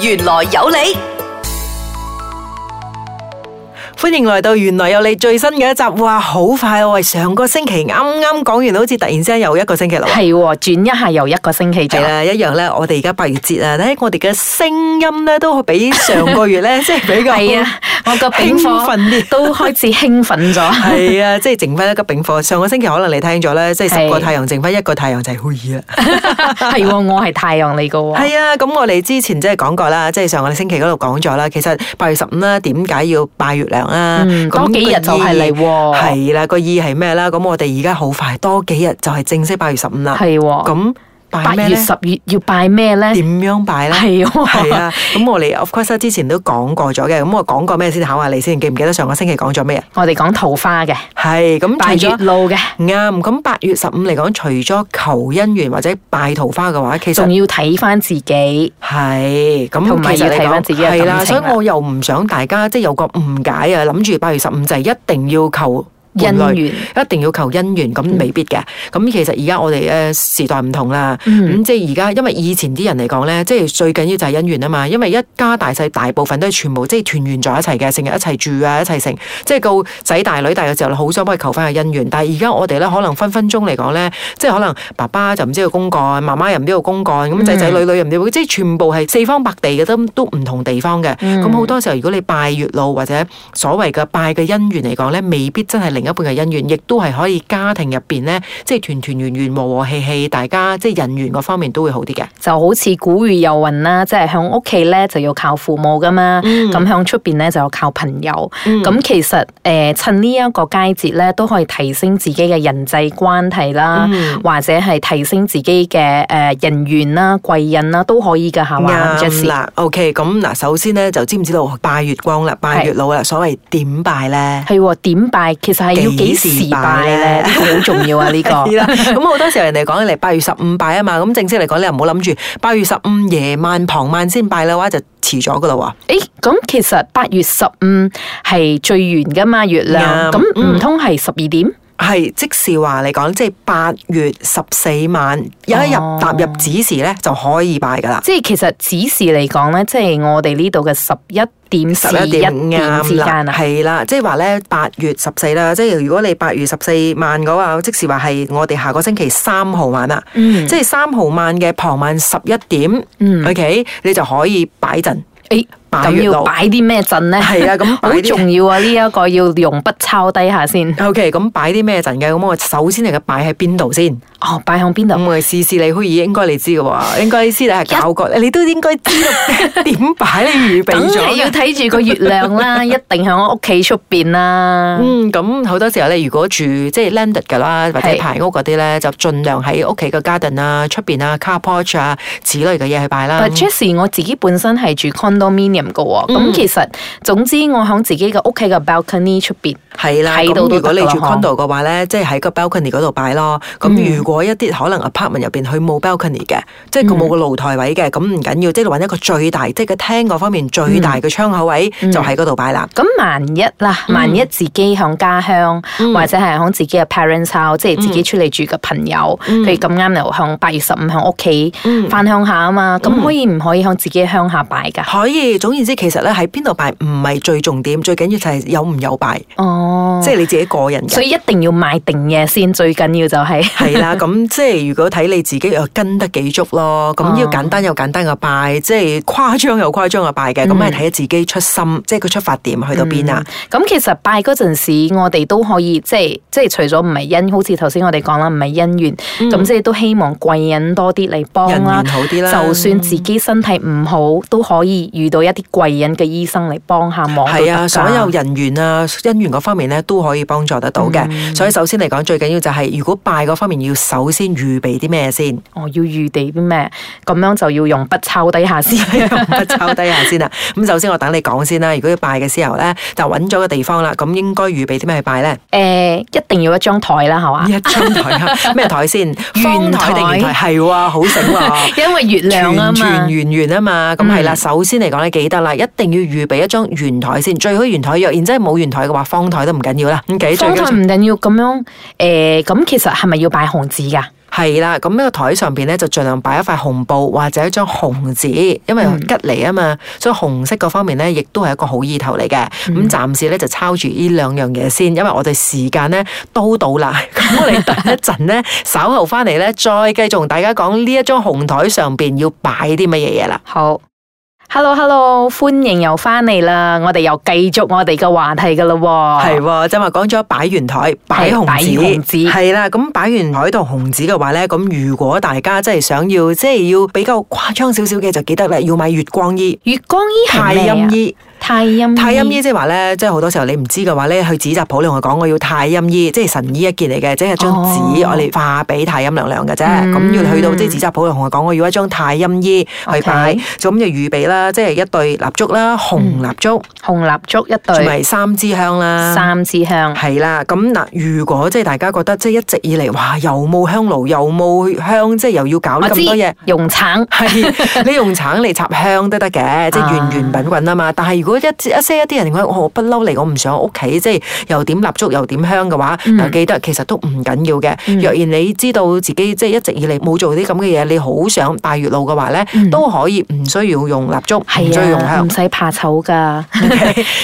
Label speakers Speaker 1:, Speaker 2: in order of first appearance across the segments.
Speaker 1: 原來有你。
Speaker 2: 歡迎來到原來有你最新嘅一集，哇！好快啊喎，喂上個星期啱啱講完，好似突然之間又一個星期啦。
Speaker 3: 係喎，轉一下又一個星期
Speaker 2: 係
Speaker 3: 啫。
Speaker 2: 啦，一樣咧。我哋而家八月節啊，睇我哋嘅聲音咧都比上個月咧即係比較
Speaker 3: 係啊，我個丙
Speaker 2: 興奮
Speaker 3: 火
Speaker 2: 啲
Speaker 3: 都開始興 奮咗。
Speaker 2: 係啊，即係剩翻一個丙火。上個星期可能你聽咗咧，即係十
Speaker 3: 係
Speaker 2: 個太陽剩翻一個太陽就係灰兒啦。
Speaker 3: 係喎，我係太陽嚟噶喎。
Speaker 2: 係啊，咁我哋之前即係講過啦，即係上個星期嗰度講咗啦。其實八月十五啦，點解要拜月亮啊？
Speaker 3: 嗯
Speaker 2: 咁
Speaker 3: 多幾日就係嚟喎
Speaker 2: 係啦，個意係咩啦？咁我哋而家好快多幾日就係正式八月十五啦。
Speaker 3: 係喎，
Speaker 2: 啊咁拜
Speaker 3: 八
Speaker 2: 咩
Speaker 3: 月
Speaker 2: 咧？
Speaker 3: 十月要拜咩咧？
Speaker 2: 點樣拜咧？
Speaker 3: 係喎
Speaker 2: 係啊，咁我哋 of course 之前都講過咗嘅，咁我講過咩先考下你先，記唔記得上個星期講咗咩啊？
Speaker 3: 我哋講桃花嘅，
Speaker 2: 係咁，
Speaker 3: 拜
Speaker 2: 除
Speaker 3: 月
Speaker 2: 咗
Speaker 3: 老嘅，
Speaker 2: 啱，咁八月十五嚟講，除咗求姻緣或者拜桃花嘅話，其實
Speaker 3: 仲要睇翻自己。
Speaker 2: 係咁，
Speaker 3: 同埋
Speaker 2: 其實你
Speaker 3: 要睇
Speaker 2: 講
Speaker 3: 返自己嘅
Speaker 2: 係啦，所
Speaker 3: 感情啊
Speaker 2: 以
Speaker 3: 啦
Speaker 2: 我又唔想大家即係有個誤解啊，諗住八月十五就係一定要求伴侶
Speaker 3: 姻緣
Speaker 2: 一定要求姻緣，咁未必嘅。咁其實而家我哋誒時代唔同啦，咁、
Speaker 3: 嗯
Speaker 2: 即係而家，因為以前啲人嚟講咧，即係最緊要就係姻緣啊嘛。因為一家大細大部分都係全部即係團圓咗一齊嘅，成日一齊住啊，一齊成，即係個仔大女大嘅時候，好想幫佢求翻個姻緣。但係而家我哋咧，可能分分鐘嚟講咧，即係可能爸爸就唔知道公幹，媽媽又唔知道公幹，咁仔仔女女又唔知道，即係全部係四方八地嘅，都都唔同地方嘅。咁好、多時候，如果你拜月老或者所謂嘅拜嘅姻緣嚟講咧，未必真係另一半嘅姻緣，亦都係可以家庭入邊咧，即係團團圓圓、和和氣氣，大家即係人緣嗰方面都會好啲嘅。
Speaker 3: 就好似古語有云啦，即係向屋企咧就要靠父母噶嘛，
Speaker 2: 嗯
Speaker 3: 咁、向出邊咧就要靠朋友。咁、其實誒、呃趁呢一個佳節咧，都可以提升自己嘅人際關係啦，
Speaker 2: 嗯
Speaker 3: 或者係提升自己嘅誒、呃人緣啦、貴人啦，都可以嘅係嘛
Speaker 2: 啱
Speaker 3: ，Jesse。
Speaker 2: 啦，OK，咁嗱，首先咧就知唔知道拜月光啦、拜月老啦，所謂點拜咧？
Speaker 3: 係喎，點拜其實係要幾時拜咧？呢
Speaker 2: 幾
Speaker 3: 個好重要啊！呢 個
Speaker 2: 係啦，咁好多時候人哋講你八月十五拜啊嘛，咁正式嚟講你又唔好諗住八月十五夜晚傍晚先拜嘅話就遲咗噶啦喎。
Speaker 3: 誒，咁其實八月十五係最圓噶嘛，月亮
Speaker 2: 啱嗯
Speaker 3: 咁唔通係十二點？
Speaker 2: 係，即是話嚟講，即係八月十四晚有一日
Speaker 3: 哦
Speaker 2: 踏入子時咧，就可以拜噶啦。
Speaker 3: 即係其實指示嚟講咧，即係我哋呢度嘅十一點
Speaker 2: 十
Speaker 3: 至
Speaker 2: 一
Speaker 3: 一
Speaker 2: 點
Speaker 3: 點之
Speaker 2: 啱
Speaker 3: 間
Speaker 2: 啦，
Speaker 3: 啊，
Speaker 2: 係啦，即係話咧八月十四啦，即係如果你八月十四晚嘅話，即是話係我哋下個星期三號晚啦，
Speaker 3: 嗯
Speaker 2: 即係三號晚嘅傍晚十一點、
Speaker 3: 嗯
Speaker 2: o k 你就可以擺 陣。
Speaker 3: 誒，
Speaker 2: 嗯擺
Speaker 3: 咁
Speaker 2: 月
Speaker 3: 要
Speaker 2: 老
Speaker 3: 擺啲咩陣咧？
Speaker 2: 係啊咁擺
Speaker 3: 好
Speaker 2: 啲
Speaker 3: 重要啊！呢一個要用筆抄低下先。
Speaker 2: OK，咁擺啲咩陣嘅？咁我首先嚟嘅擺喺邊度先？
Speaker 3: 哦，擺向邊
Speaker 2: 咁
Speaker 3: 度？
Speaker 2: 我哋試試你虛擬，應該你知嘅喎，應該私底下搞過，你都應該知道 點擺，你預備
Speaker 3: 梗
Speaker 2: 咗
Speaker 3: 係
Speaker 2: 嘅
Speaker 3: 要睇住個月亮 啦，一定喺我屋企出邊啦。
Speaker 2: 嗯，咁好多時候咧，如果住即係 landed 㗎啦，或者
Speaker 3: 係
Speaker 2: 排屋嗰啲咧，就盡量喺屋企嘅 garden 啊、出邊啊、car porch 啊此類嘅嘢去擺啦
Speaker 3: But。Jessie 我自己本身係住 condominium 噶喎，咁、
Speaker 2: 嗯
Speaker 3: 其實總之我喺自己嘅屋企嘅 balcony 出邊，
Speaker 2: 係啦，
Speaker 3: 睇
Speaker 2: 咁
Speaker 3: 到都
Speaker 2: 如果你
Speaker 3: 得㗎啦
Speaker 2: 住
Speaker 3: 嗬嗯
Speaker 2: condo 嘅話咧，即係喺個 balcony 嗰度擺咯。咁如果一啲可能 apartment 入邊佢冇 balcony 嘅，即係
Speaker 3: 嗯
Speaker 2: 佢冇個露台位嘅，咁唔緊要，即係揾一個最大，即係個廳嗰方面最
Speaker 3: 嗯
Speaker 2: 大嘅窗口位就喺嗰度擺啦。
Speaker 3: 咁萬一啦，
Speaker 2: 嗯
Speaker 3: 萬一自己響家鄉，或者係響自己嘅 parents house，即係自己出嚟住嘅朋友，
Speaker 2: 嗯
Speaker 3: 佢咁啱又向八月十五響屋企翻鄉下啊
Speaker 2: 嗯
Speaker 3: 嘛，咁可以唔可以響自己鄉下擺㗎？
Speaker 2: 可以，總言之，其實咧喺邊度擺唔係最重點，最緊要就係有唔有擺，
Speaker 3: 哦，
Speaker 2: 即係你自己個人嘅
Speaker 3: 所。以一定要買定嘢先，最緊要就係
Speaker 2: 係啦，咁即係如果睇你自己又跟得幾足咯，
Speaker 3: 哦
Speaker 2: 咁要簡單有簡單嘅拜，即係誇張有誇張嘅拜
Speaker 3: 嗯
Speaker 2: 嘅，咁係睇自己出心，即係佢出發點去到邊啊。
Speaker 3: 咁其實拜嗰陣時，我哋都可以即係即係除咗唔係姻，好似頭先我哋講啦，唔係姻緣，咁、
Speaker 2: 嗯
Speaker 3: 即係都希望貴人多啲嚟幫啦
Speaker 2: 人緣好啲啦
Speaker 3: 就算自己身體唔好，都可以遇到一啲貴人嘅醫生嚟幫下忙。
Speaker 2: 係啊，所有人緣啊、姻緣嗰方面咧都可以幫助得到嘅。à, 所以首先嚟講，最緊要就係如果拜嗰方面要首先預備啲咩先，
Speaker 3: 我、哦、要預地啲咩，咁樣就要用筆抄低下先。
Speaker 2: 不抄低下先啦。咁首先我等你講先啦。如果要拜嘅時候咧，就揾咗個地方啦，咁應該預備啲咩去拜咧？
Speaker 3: 誒、一定要一張台啦，係嘛？
Speaker 2: 一張台啊，咩台先？方台定圓
Speaker 3: 圓
Speaker 2: 台？係喎，好醒喎。
Speaker 3: 因為月亮啊嘛
Speaker 2: 團。圓圓啊嘛，咁係啦。
Speaker 3: 嗯
Speaker 2: 首先嚟講咧，記得啦，一定要預備一張圓台先，最好圓台。若然真係冇圓台嘅話，方台都唔緊要啦。咁幾最
Speaker 3: 方
Speaker 2: 緊
Speaker 3: 台
Speaker 2: 要
Speaker 3: 唔定要咁樣，誒、咁其實係咪要拜紅紙㗎？
Speaker 2: 係啦，咁呢個台上邊咧就盡量擺一塊紅布或者一張紅紙，因為
Speaker 3: 嗯
Speaker 2: 吉利啊嘛，所以紅色嗰方面咧亦都係一個好意頭嚟嘅。
Speaker 3: 嗯
Speaker 2: 咁暫時咧就抄住呢兩樣嘢先，因為我哋時間咧都到啦。 咁我哋等一陣咧，稍後翻嚟咧再繼續同大家講呢一張紅台上邊要擺啲乜嘢嘢啦。
Speaker 3: 好。Hello，Hello，歡迎又翻嚟啦！我哋又繼續我哋嘅話題噶啦喎。
Speaker 2: 係喎，就話講咗擺完台，擺紅
Speaker 3: 哦擺
Speaker 2: 紙，
Speaker 3: 紅紙
Speaker 2: 係啦。咁擺完台同紅紙嘅話咧，咁如果大家真係想要，即係要比較誇張少少嘅，就記得啦，要買月光衣、
Speaker 3: 月光衣係
Speaker 2: 太
Speaker 3: 咩啊
Speaker 2: 陰衣。
Speaker 3: 太陰
Speaker 2: 太陰衣即係話咧，即係好多時候你唔知嘅話咧，去紙紮鋪你同佢講我要太陰衣，即係神衣一件嚟嘅，即係張紙
Speaker 3: 哦
Speaker 2: 我哋化俾太陰娘娘嘅啫。
Speaker 3: 嗯
Speaker 2: 咁要去到即係紙紮鋪同佢講我要一張太陰衣去擺
Speaker 3: OK，
Speaker 2: 就咁就預備啦，即係一對蠟燭啦，紅蠟燭，
Speaker 3: 紅蠟燭一
Speaker 2: 仲
Speaker 3: 嗯對，
Speaker 2: 埋三支香啦。
Speaker 3: 三支香。
Speaker 2: 係啦，咁嗱，如果即係大家覺得即係一直以嚟，哇，又冇香爐，又冇香，即係又要搞
Speaker 3: 我知
Speaker 2: 咁多嘢。
Speaker 3: 用橙
Speaker 2: 係你用橙嚟插香都得嘅，即係
Speaker 3: 啊
Speaker 2: 圓圓滾滾啊嘛。但係如果一一些一啲人講我不嬲嚟，我唔想屋企即係又點蠟燭又點香嘅話，
Speaker 3: 嗯
Speaker 2: 嗱記得其實都唔緊要嘅。
Speaker 3: 嗯
Speaker 2: 若然你知道自己即係一直以嚟冇做啲咁嘅嘢，你好想拜月老嘅話咧，
Speaker 3: 嗯
Speaker 2: 都可以唔需要用蠟燭，唔需要
Speaker 3: 係
Speaker 2: 用
Speaker 3: 啊，
Speaker 2: 香
Speaker 3: 唔。使怕醜 噶，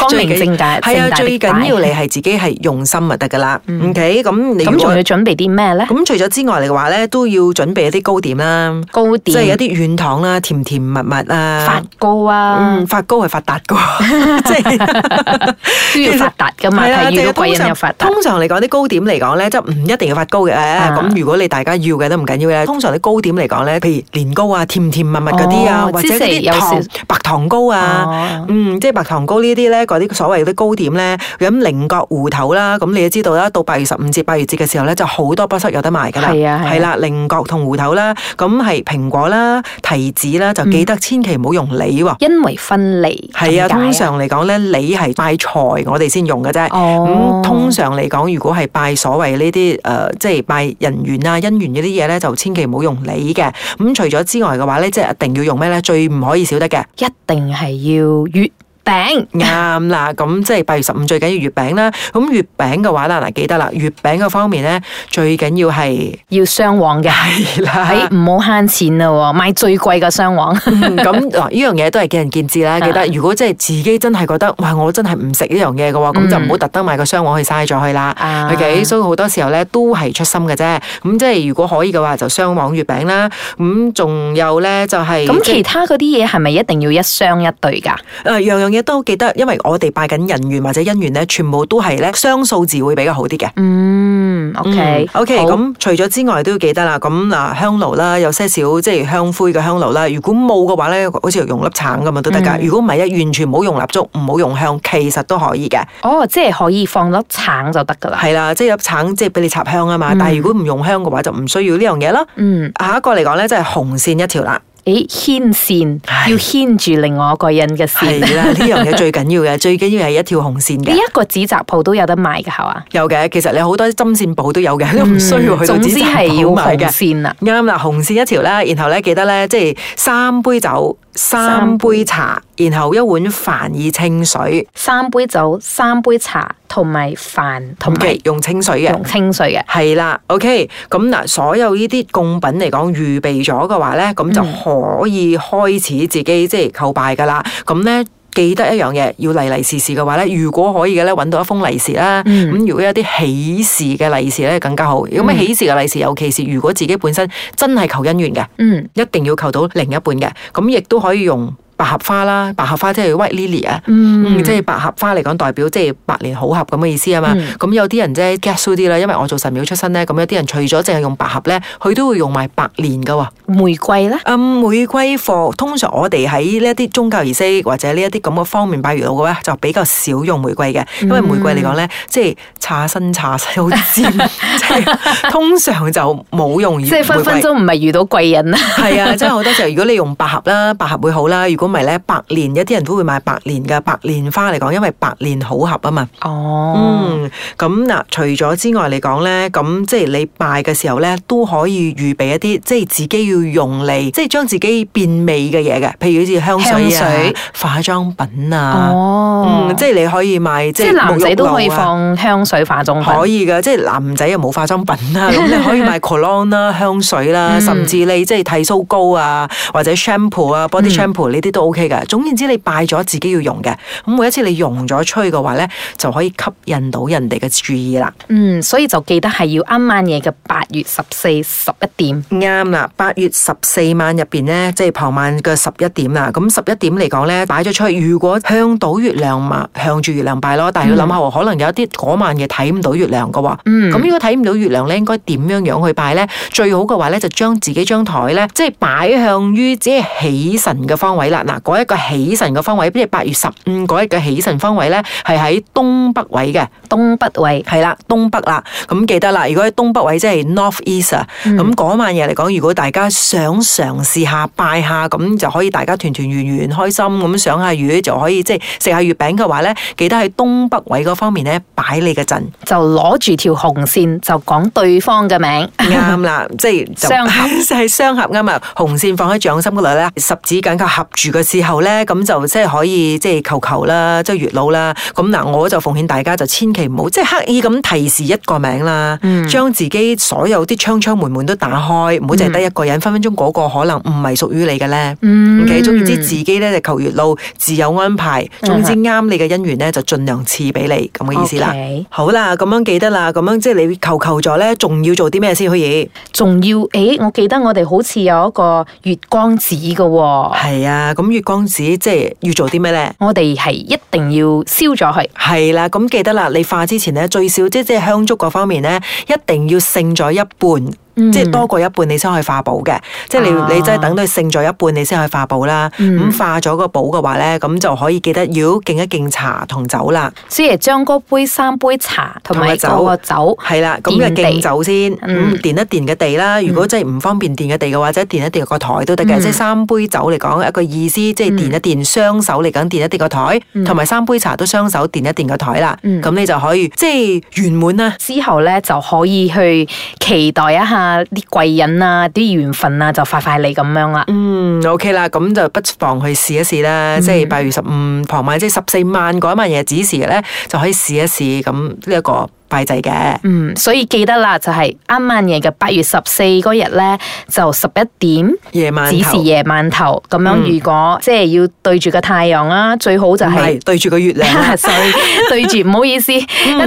Speaker 3: 光明正大，
Speaker 2: 係啊
Speaker 3: 正，大
Speaker 2: 最
Speaker 3: 地擺
Speaker 2: 緊要你係自己係用心咪得噶啦。
Speaker 3: 嗯
Speaker 2: OK，咁你如
Speaker 3: 咁
Speaker 2: 果
Speaker 3: 仲要準備啲咩咧？
Speaker 2: 咁除咗之外嚟嘅話咧，都要準備一啲糕點啦，
Speaker 3: 糕
Speaker 2: 即係一
Speaker 3: 點、
Speaker 2: 啲軟糖啦，甜甜蜜蜜啊。
Speaker 3: 發糕啊
Speaker 2: 嗯，，發糕係發達噶， 即係
Speaker 3: 都要發達噶嘛，
Speaker 2: 係啊
Speaker 3: 係遇到
Speaker 2: 即係通
Speaker 3: 貴
Speaker 2: 常
Speaker 3: 人又發達。
Speaker 2: 通常嚟講啲糕點嚟講咧，即係唔一定要發糕嘅。
Speaker 3: 啊
Speaker 2: 咁如果你大家要嘅都唔緊要嘅。通常啲糕點嚟講咧，譬如年糕啊、甜甜蜜蜜嗰啲啊，
Speaker 3: 哦
Speaker 2: 或者嗰
Speaker 3: 即係
Speaker 2: 啲
Speaker 3: 有少
Speaker 2: 糖白糖糕啊。
Speaker 3: 哦
Speaker 2: 嗯，即係白糖糕呢啲咧，嗰啲所謂啲糕點咧，咁菱角芋頭啦，咁你都知道啦，到八月十五節、八月節嘅時候咧，就好多不室有得賣㗎啦。
Speaker 3: 係啊係啊
Speaker 2: 係啦，菱角同芋頭啦，咁係蘋果啦、提子啦，就記得千祈唔好用梨喎。
Speaker 3: 因為分離
Speaker 2: 係啊，
Speaker 3: 咁解
Speaker 2: 通常嚟講咧，梨係拜財我哋先用嘅啫。咁、
Speaker 3: 哦，
Speaker 2: 嗯通常嚟講，如果係拜所謂呢啲誒，即係拜人緣啊、姻緣嗰啲嘢咧，就千祈唔好用梨嘅。咁、除咗之外嘅話咧，即係一定要用咩咧？最唔可以少得 嘅。
Speaker 3: 一定係要月餅。
Speaker 2: 啱啦，咁即係八月十五最緊要月餅啦。咁月餅嘅話啦，嗱記得啦，月餅嘅方面咧，最緊要 係
Speaker 3: 要雙黃嘅，
Speaker 2: 係啊
Speaker 3: 喺
Speaker 2: 啦。
Speaker 3: 唔好慳錢啦喎，買最貴嘅 雙黃，
Speaker 2: 嗯咁嗱，呢樣嘢都係見仁見智 啦。記得，如果即係自己真係覺得，哇！我真係唔食呢樣嘢嘅喎，咁就唔
Speaker 3: 嗯
Speaker 2: 好特登買個雙黃去嘥咗去啦。
Speaker 3: 啊
Speaker 2: OK，所以好多時候咧都係出心嘅啫。咁即係如果可以嘅話，就雙黃月餅啦。咁仲有咧就係
Speaker 3: 咁
Speaker 2: 即係
Speaker 3: 其他嗰啲嘢係咪一定要一雙一對㗎？
Speaker 2: 誒呃樣樣嘢都記得，因為我哋拜緊人緣或者姻緣咧，全部都係咧雙數字會比較好啲嘅。
Speaker 3: 嗯，OK
Speaker 2: OK，
Speaker 3: 好
Speaker 2: 咁除咗之外都要記得啦。咁嗱，香爐啦，有些少即係香灰嘅香爐啦。如果冇嘅話咧，好似用粒橙咁啊都得㗎。
Speaker 3: 嗯
Speaker 2: 如果唔係咧，完全唔好用蠟燭，唔好用香，其實都可以嘅。
Speaker 3: 哦，即係可以放粒橙就得㗎啦。
Speaker 2: 係啦，即係有粒橙即係俾你插香啊嘛。
Speaker 3: 嗯
Speaker 2: 但係如果唔用香嘅話，就唔需要呢樣嘢啦。
Speaker 3: 嗯，
Speaker 2: 下一個嚟講咧，就係紅線一條啦。
Speaker 3: 誒牽線
Speaker 2: 唉
Speaker 3: 要牽住另外一個人嘅
Speaker 2: 係啊
Speaker 3: 線，
Speaker 2: 啦，呢樣嘢最緊要嘅， 最緊要係一條紅線
Speaker 3: 呢
Speaker 2: 嘅。
Speaker 3: 一個紙紮鋪都有得賣㗎係嘛？嗯
Speaker 2: 有嘅，其實你好多針線布都有嘅，都唔需要去到
Speaker 3: 總
Speaker 2: 紙
Speaker 3: 之
Speaker 2: 紮
Speaker 3: 係要
Speaker 2: 鋪買
Speaker 3: 紅
Speaker 2: 嘅。
Speaker 3: 線啦。
Speaker 2: 啱啦，紅線一條啦，然後咧記得咧，即係三杯酒、三杯茶，然後一碗飯以清水，
Speaker 3: 三杯酒、三杯茶同埋飯同埋
Speaker 2: OK，用清水嘅
Speaker 3: 用。清水嘅。
Speaker 2: 係啦，OK，咁嗱，所有呢啲供品嚟講預備咗嘅話咧，咁
Speaker 3: 嗯
Speaker 2: 就可以開始自己即係叩拜噶啦。咁咧記得一樣嘢，要利利是是嘅話咧，如果可以嘅咧，揾到一封利是啦。咁、
Speaker 3: 嗯
Speaker 2: 如果有啲喜事嘅利是咧，更加好。咁啊
Speaker 3: 嗯
Speaker 2: 喜事嘅利是，尤其是如果自己本身真係求姻緣嘅。
Speaker 3: 嗯，
Speaker 2: 一定要求到另一半嘅，咁亦都可以用百合花啦，百合花即係 white lily 啊。嗯，即係百合花嚟講，代表即係百年好合咁嘅意思啊嘛。
Speaker 3: 嗯
Speaker 2: 咁、有啲人即係 get 啲啦，因為我做神廟出身咧，咁有啲人除咗淨係用百合咧，佢都會用埋百年噶喎。
Speaker 3: 玫瑰咧。
Speaker 2: 嗯，玫瑰貨通常我哋喺呢一啲宗教儀式或者呢一啲咁嘅方面拜月老嘅話，就比較少用玫瑰嘅，因為玫瑰嚟講咧，即係擦身擦身好 尖，即係通常就冇用
Speaker 3: 即係分分鐘唔係遇到貴人啦。
Speaker 2: 啊係啊，真係好多時候，如果你用百合啦，百合會好啦；如果唔唔係咧，白蓮有啲人都會買白蓮嘅白蓮花嚟講，因為白蓮好合啊嘛。
Speaker 3: 哦，
Speaker 2: 嗯，咁嗱，除咗之外嚟講咧，咁即係你拜嘅時候咧，都可以預備一啲即係自己要用嚟，即係將自己變美嘅嘢嘅，譬如好似香水啊、
Speaker 3: 香水
Speaker 2: 化妝品啊，
Speaker 3: 哦
Speaker 2: 嗯，，即係你可以買即
Speaker 3: 即係
Speaker 2: 係
Speaker 3: 男仔都可
Speaker 2: 沐
Speaker 3: 以
Speaker 2: 浴露啊
Speaker 3: 放香水化妝
Speaker 2: 可
Speaker 3: 品。
Speaker 2: 以噶，即係男仔又冇化妝品 啦，咁你可以買 cologne 啦、香水啦，
Speaker 3: 嗯
Speaker 2: 甚至你即係剃鬚膏啊，或者 shampoo 啊、body
Speaker 3: 嗯
Speaker 2: shampoo 呢啲都 OK 噶。總言之，你拜咗自己要用嘅，咁每一次你用咗吹嘅話咧，就可以吸引到人哋嘅注意啦。
Speaker 3: 嗯，所以就記得係要啱晚夜嘅八月十四十一點。
Speaker 2: 啱啦，八月十四晚入邊咧，即係傍晚嘅十一點啦。咁十一點嚟講咧，擺咗出去。如果向到月亮嘛，向住月亮拜咯。但係要諗下喎，可能有一啲嗰晚嘅睇唔到月亮嘅喎。
Speaker 3: 嗯，
Speaker 2: 咁如果睇唔到月亮咧，應該點樣樣去拜咧？最好嘅話咧，就將自己張台咧，即係擺向於即係喜神嘅方位啦。嗱，嗰一個喜神嘅方位，即係八月十五嗰一個喜神方位咧，係喺東北位嘅，
Speaker 3: 東北位，
Speaker 2: 係啦，東北啦。咁記得啦，如果喺東北位即係 North East 啊。咁
Speaker 3: 嗯
Speaker 2: 嗰晚嘢嚟講，如果大家想嘗試下拜下，咁就可以大家團團圓圓、開心咁賞下魚，就可以即係食下月餅嘅話咧，記得喺東北位嗰方面咧擺你嘅陣。
Speaker 3: 就攞住條紅線就講對方嘅名。
Speaker 2: 啱啦，即係就
Speaker 3: 雙 合
Speaker 2: 就係雙合啱啊！紅線放喺掌心嗰度咧，十指緊扣合住嘅時候咧，咁就即係可以即係求求啦，即係月老啦。咁嗱，我就奉勸大家就千祈唔好即係刻意咁提示一個名啦，
Speaker 3: 嗯
Speaker 2: 將自己所有啲窗窗門門都打開，唔好淨係得一個人，分分鐘嗰個可能唔係屬於你嘅咧。
Speaker 3: 嗯
Speaker 2: OK，總言之自己咧就求月老自有安排，總之
Speaker 3: 嗯
Speaker 2: 啱你嘅姻緣咧就盡量賜俾你咁嘅意思啦。
Speaker 3: OK
Speaker 2: 好啦，咁樣記得啦，咁樣即係你求求助咧，仲要做啲咩先可以？
Speaker 3: 仲要，诶，我記得我哋好似有一個月光紙嘅喎，
Speaker 2: 係啊，咁月光子即係要做啲咩咧？
Speaker 3: 我哋係一定要燒咗佢。
Speaker 2: 係啦，咁記得啦，你化之前咧，最少即係即係香燭嗰方面咧，一定要剩咗一半，
Speaker 3: 嗯
Speaker 2: 即係多過一半你先可以化寶嘅。即係
Speaker 3: 啊
Speaker 2: 你你真係等到剩咗一半你先可以化寶啦。咁、
Speaker 3: 嗯
Speaker 2: 化咗個寶嘅話咧，咁就可以記得要敬一敬茶同酒啦。
Speaker 3: 即係將嗰杯三杯茶同埋
Speaker 2: 同
Speaker 3: 嗰
Speaker 2: 埋
Speaker 3: 個酒，
Speaker 2: 係啦，咁
Speaker 3: 墊
Speaker 2: 就
Speaker 3: 地
Speaker 2: 敬酒先，
Speaker 3: 嗯
Speaker 2: 咁墊一墊嘅地啦。如果真係唔方便墊嘅地嘅話，即係墊一墊個台都得嘅。
Speaker 3: 嗯
Speaker 2: 即係三杯酒嚟講一個意思，即係墊一墊雙手嚟講墊一墊個台，
Speaker 3: 嗯
Speaker 2: 同埋三杯茶都雙手墊一墊個台啦。
Speaker 3: 嗯
Speaker 2: 咁你就可以即係圓滿啦。
Speaker 3: 之後咧就可以去期待一下啲貴人啊、啲緣分啊，就快快嚟咁樣啦。
Speaker 2: 嗯，OK 啦，咁就不妨去試一試啦。
Speaker 3: 嗯
Speaker 2: 即係八月十五傍晚，即係十四晚嗰一晚夜子時咧，就可以試一試咁呢一個拜祭嘅。
Speaker 3: 嗯，所以記得啦，就係啱晚夜嘅八月十四嗰日咧，就十一點
Speaker 2: 夜晚
Speaker 3: 只是
Speaker 2: 頭
Speaker 3: 夜晚頭咁樣。
Speaker 2: 嗯
Speaker 3: 如果即係要對住個太陽啦，最好就
Speaker 2: 唔
Speaker 3: 係、
Speaker 2: 係對住個月亮啦
Speaker 3: sorry，對住唔好意思，一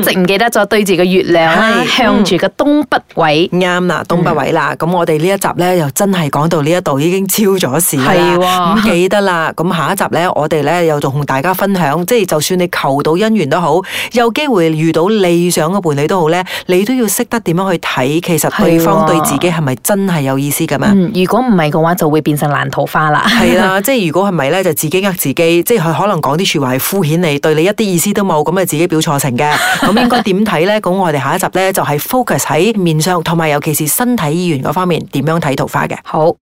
Speaker 3: 直唔記得咗對住個月亮啦，
Speaker 2: 係
Speaker 3: 向住個東北位。
Speaker 2: 啱啦，東北位
Speaker 3: 嗯
Speaker 2: 啦，咁、我哋呢一集咧又真係講到呢一度已經超咗時啦，
Speaker 3: 係
Speaker 2: 咁、
Speaker 3: 喎
Speaker 2: 記得啦。咁下一集咧，我哋咧又同大家分享，即係就算你求到姻緣都好，有機會遇到理想嘅伴侶都好咧，你都要識得點樣去睇，其實對方
Speaker 3: 係喎
Speaker 2: 對自己係咪真係有意思噶嘛？
Speaker 3: 嗯，如果唔係嘅話，就會變成爛桃花啦。
Speaker 2: 係啦，即係如果係咪咧，就自己呃自己，即係佢可能講啲说話係敷衍你，對你一啲意思都冇，咁啊自己表錯情嘅。咁應該點睇咧？咁我哋下一集咧就係 focus 喺面上，同埋尤其是身體語言嗰方面點樣睇桃花嘅。
Speaker 3: 好。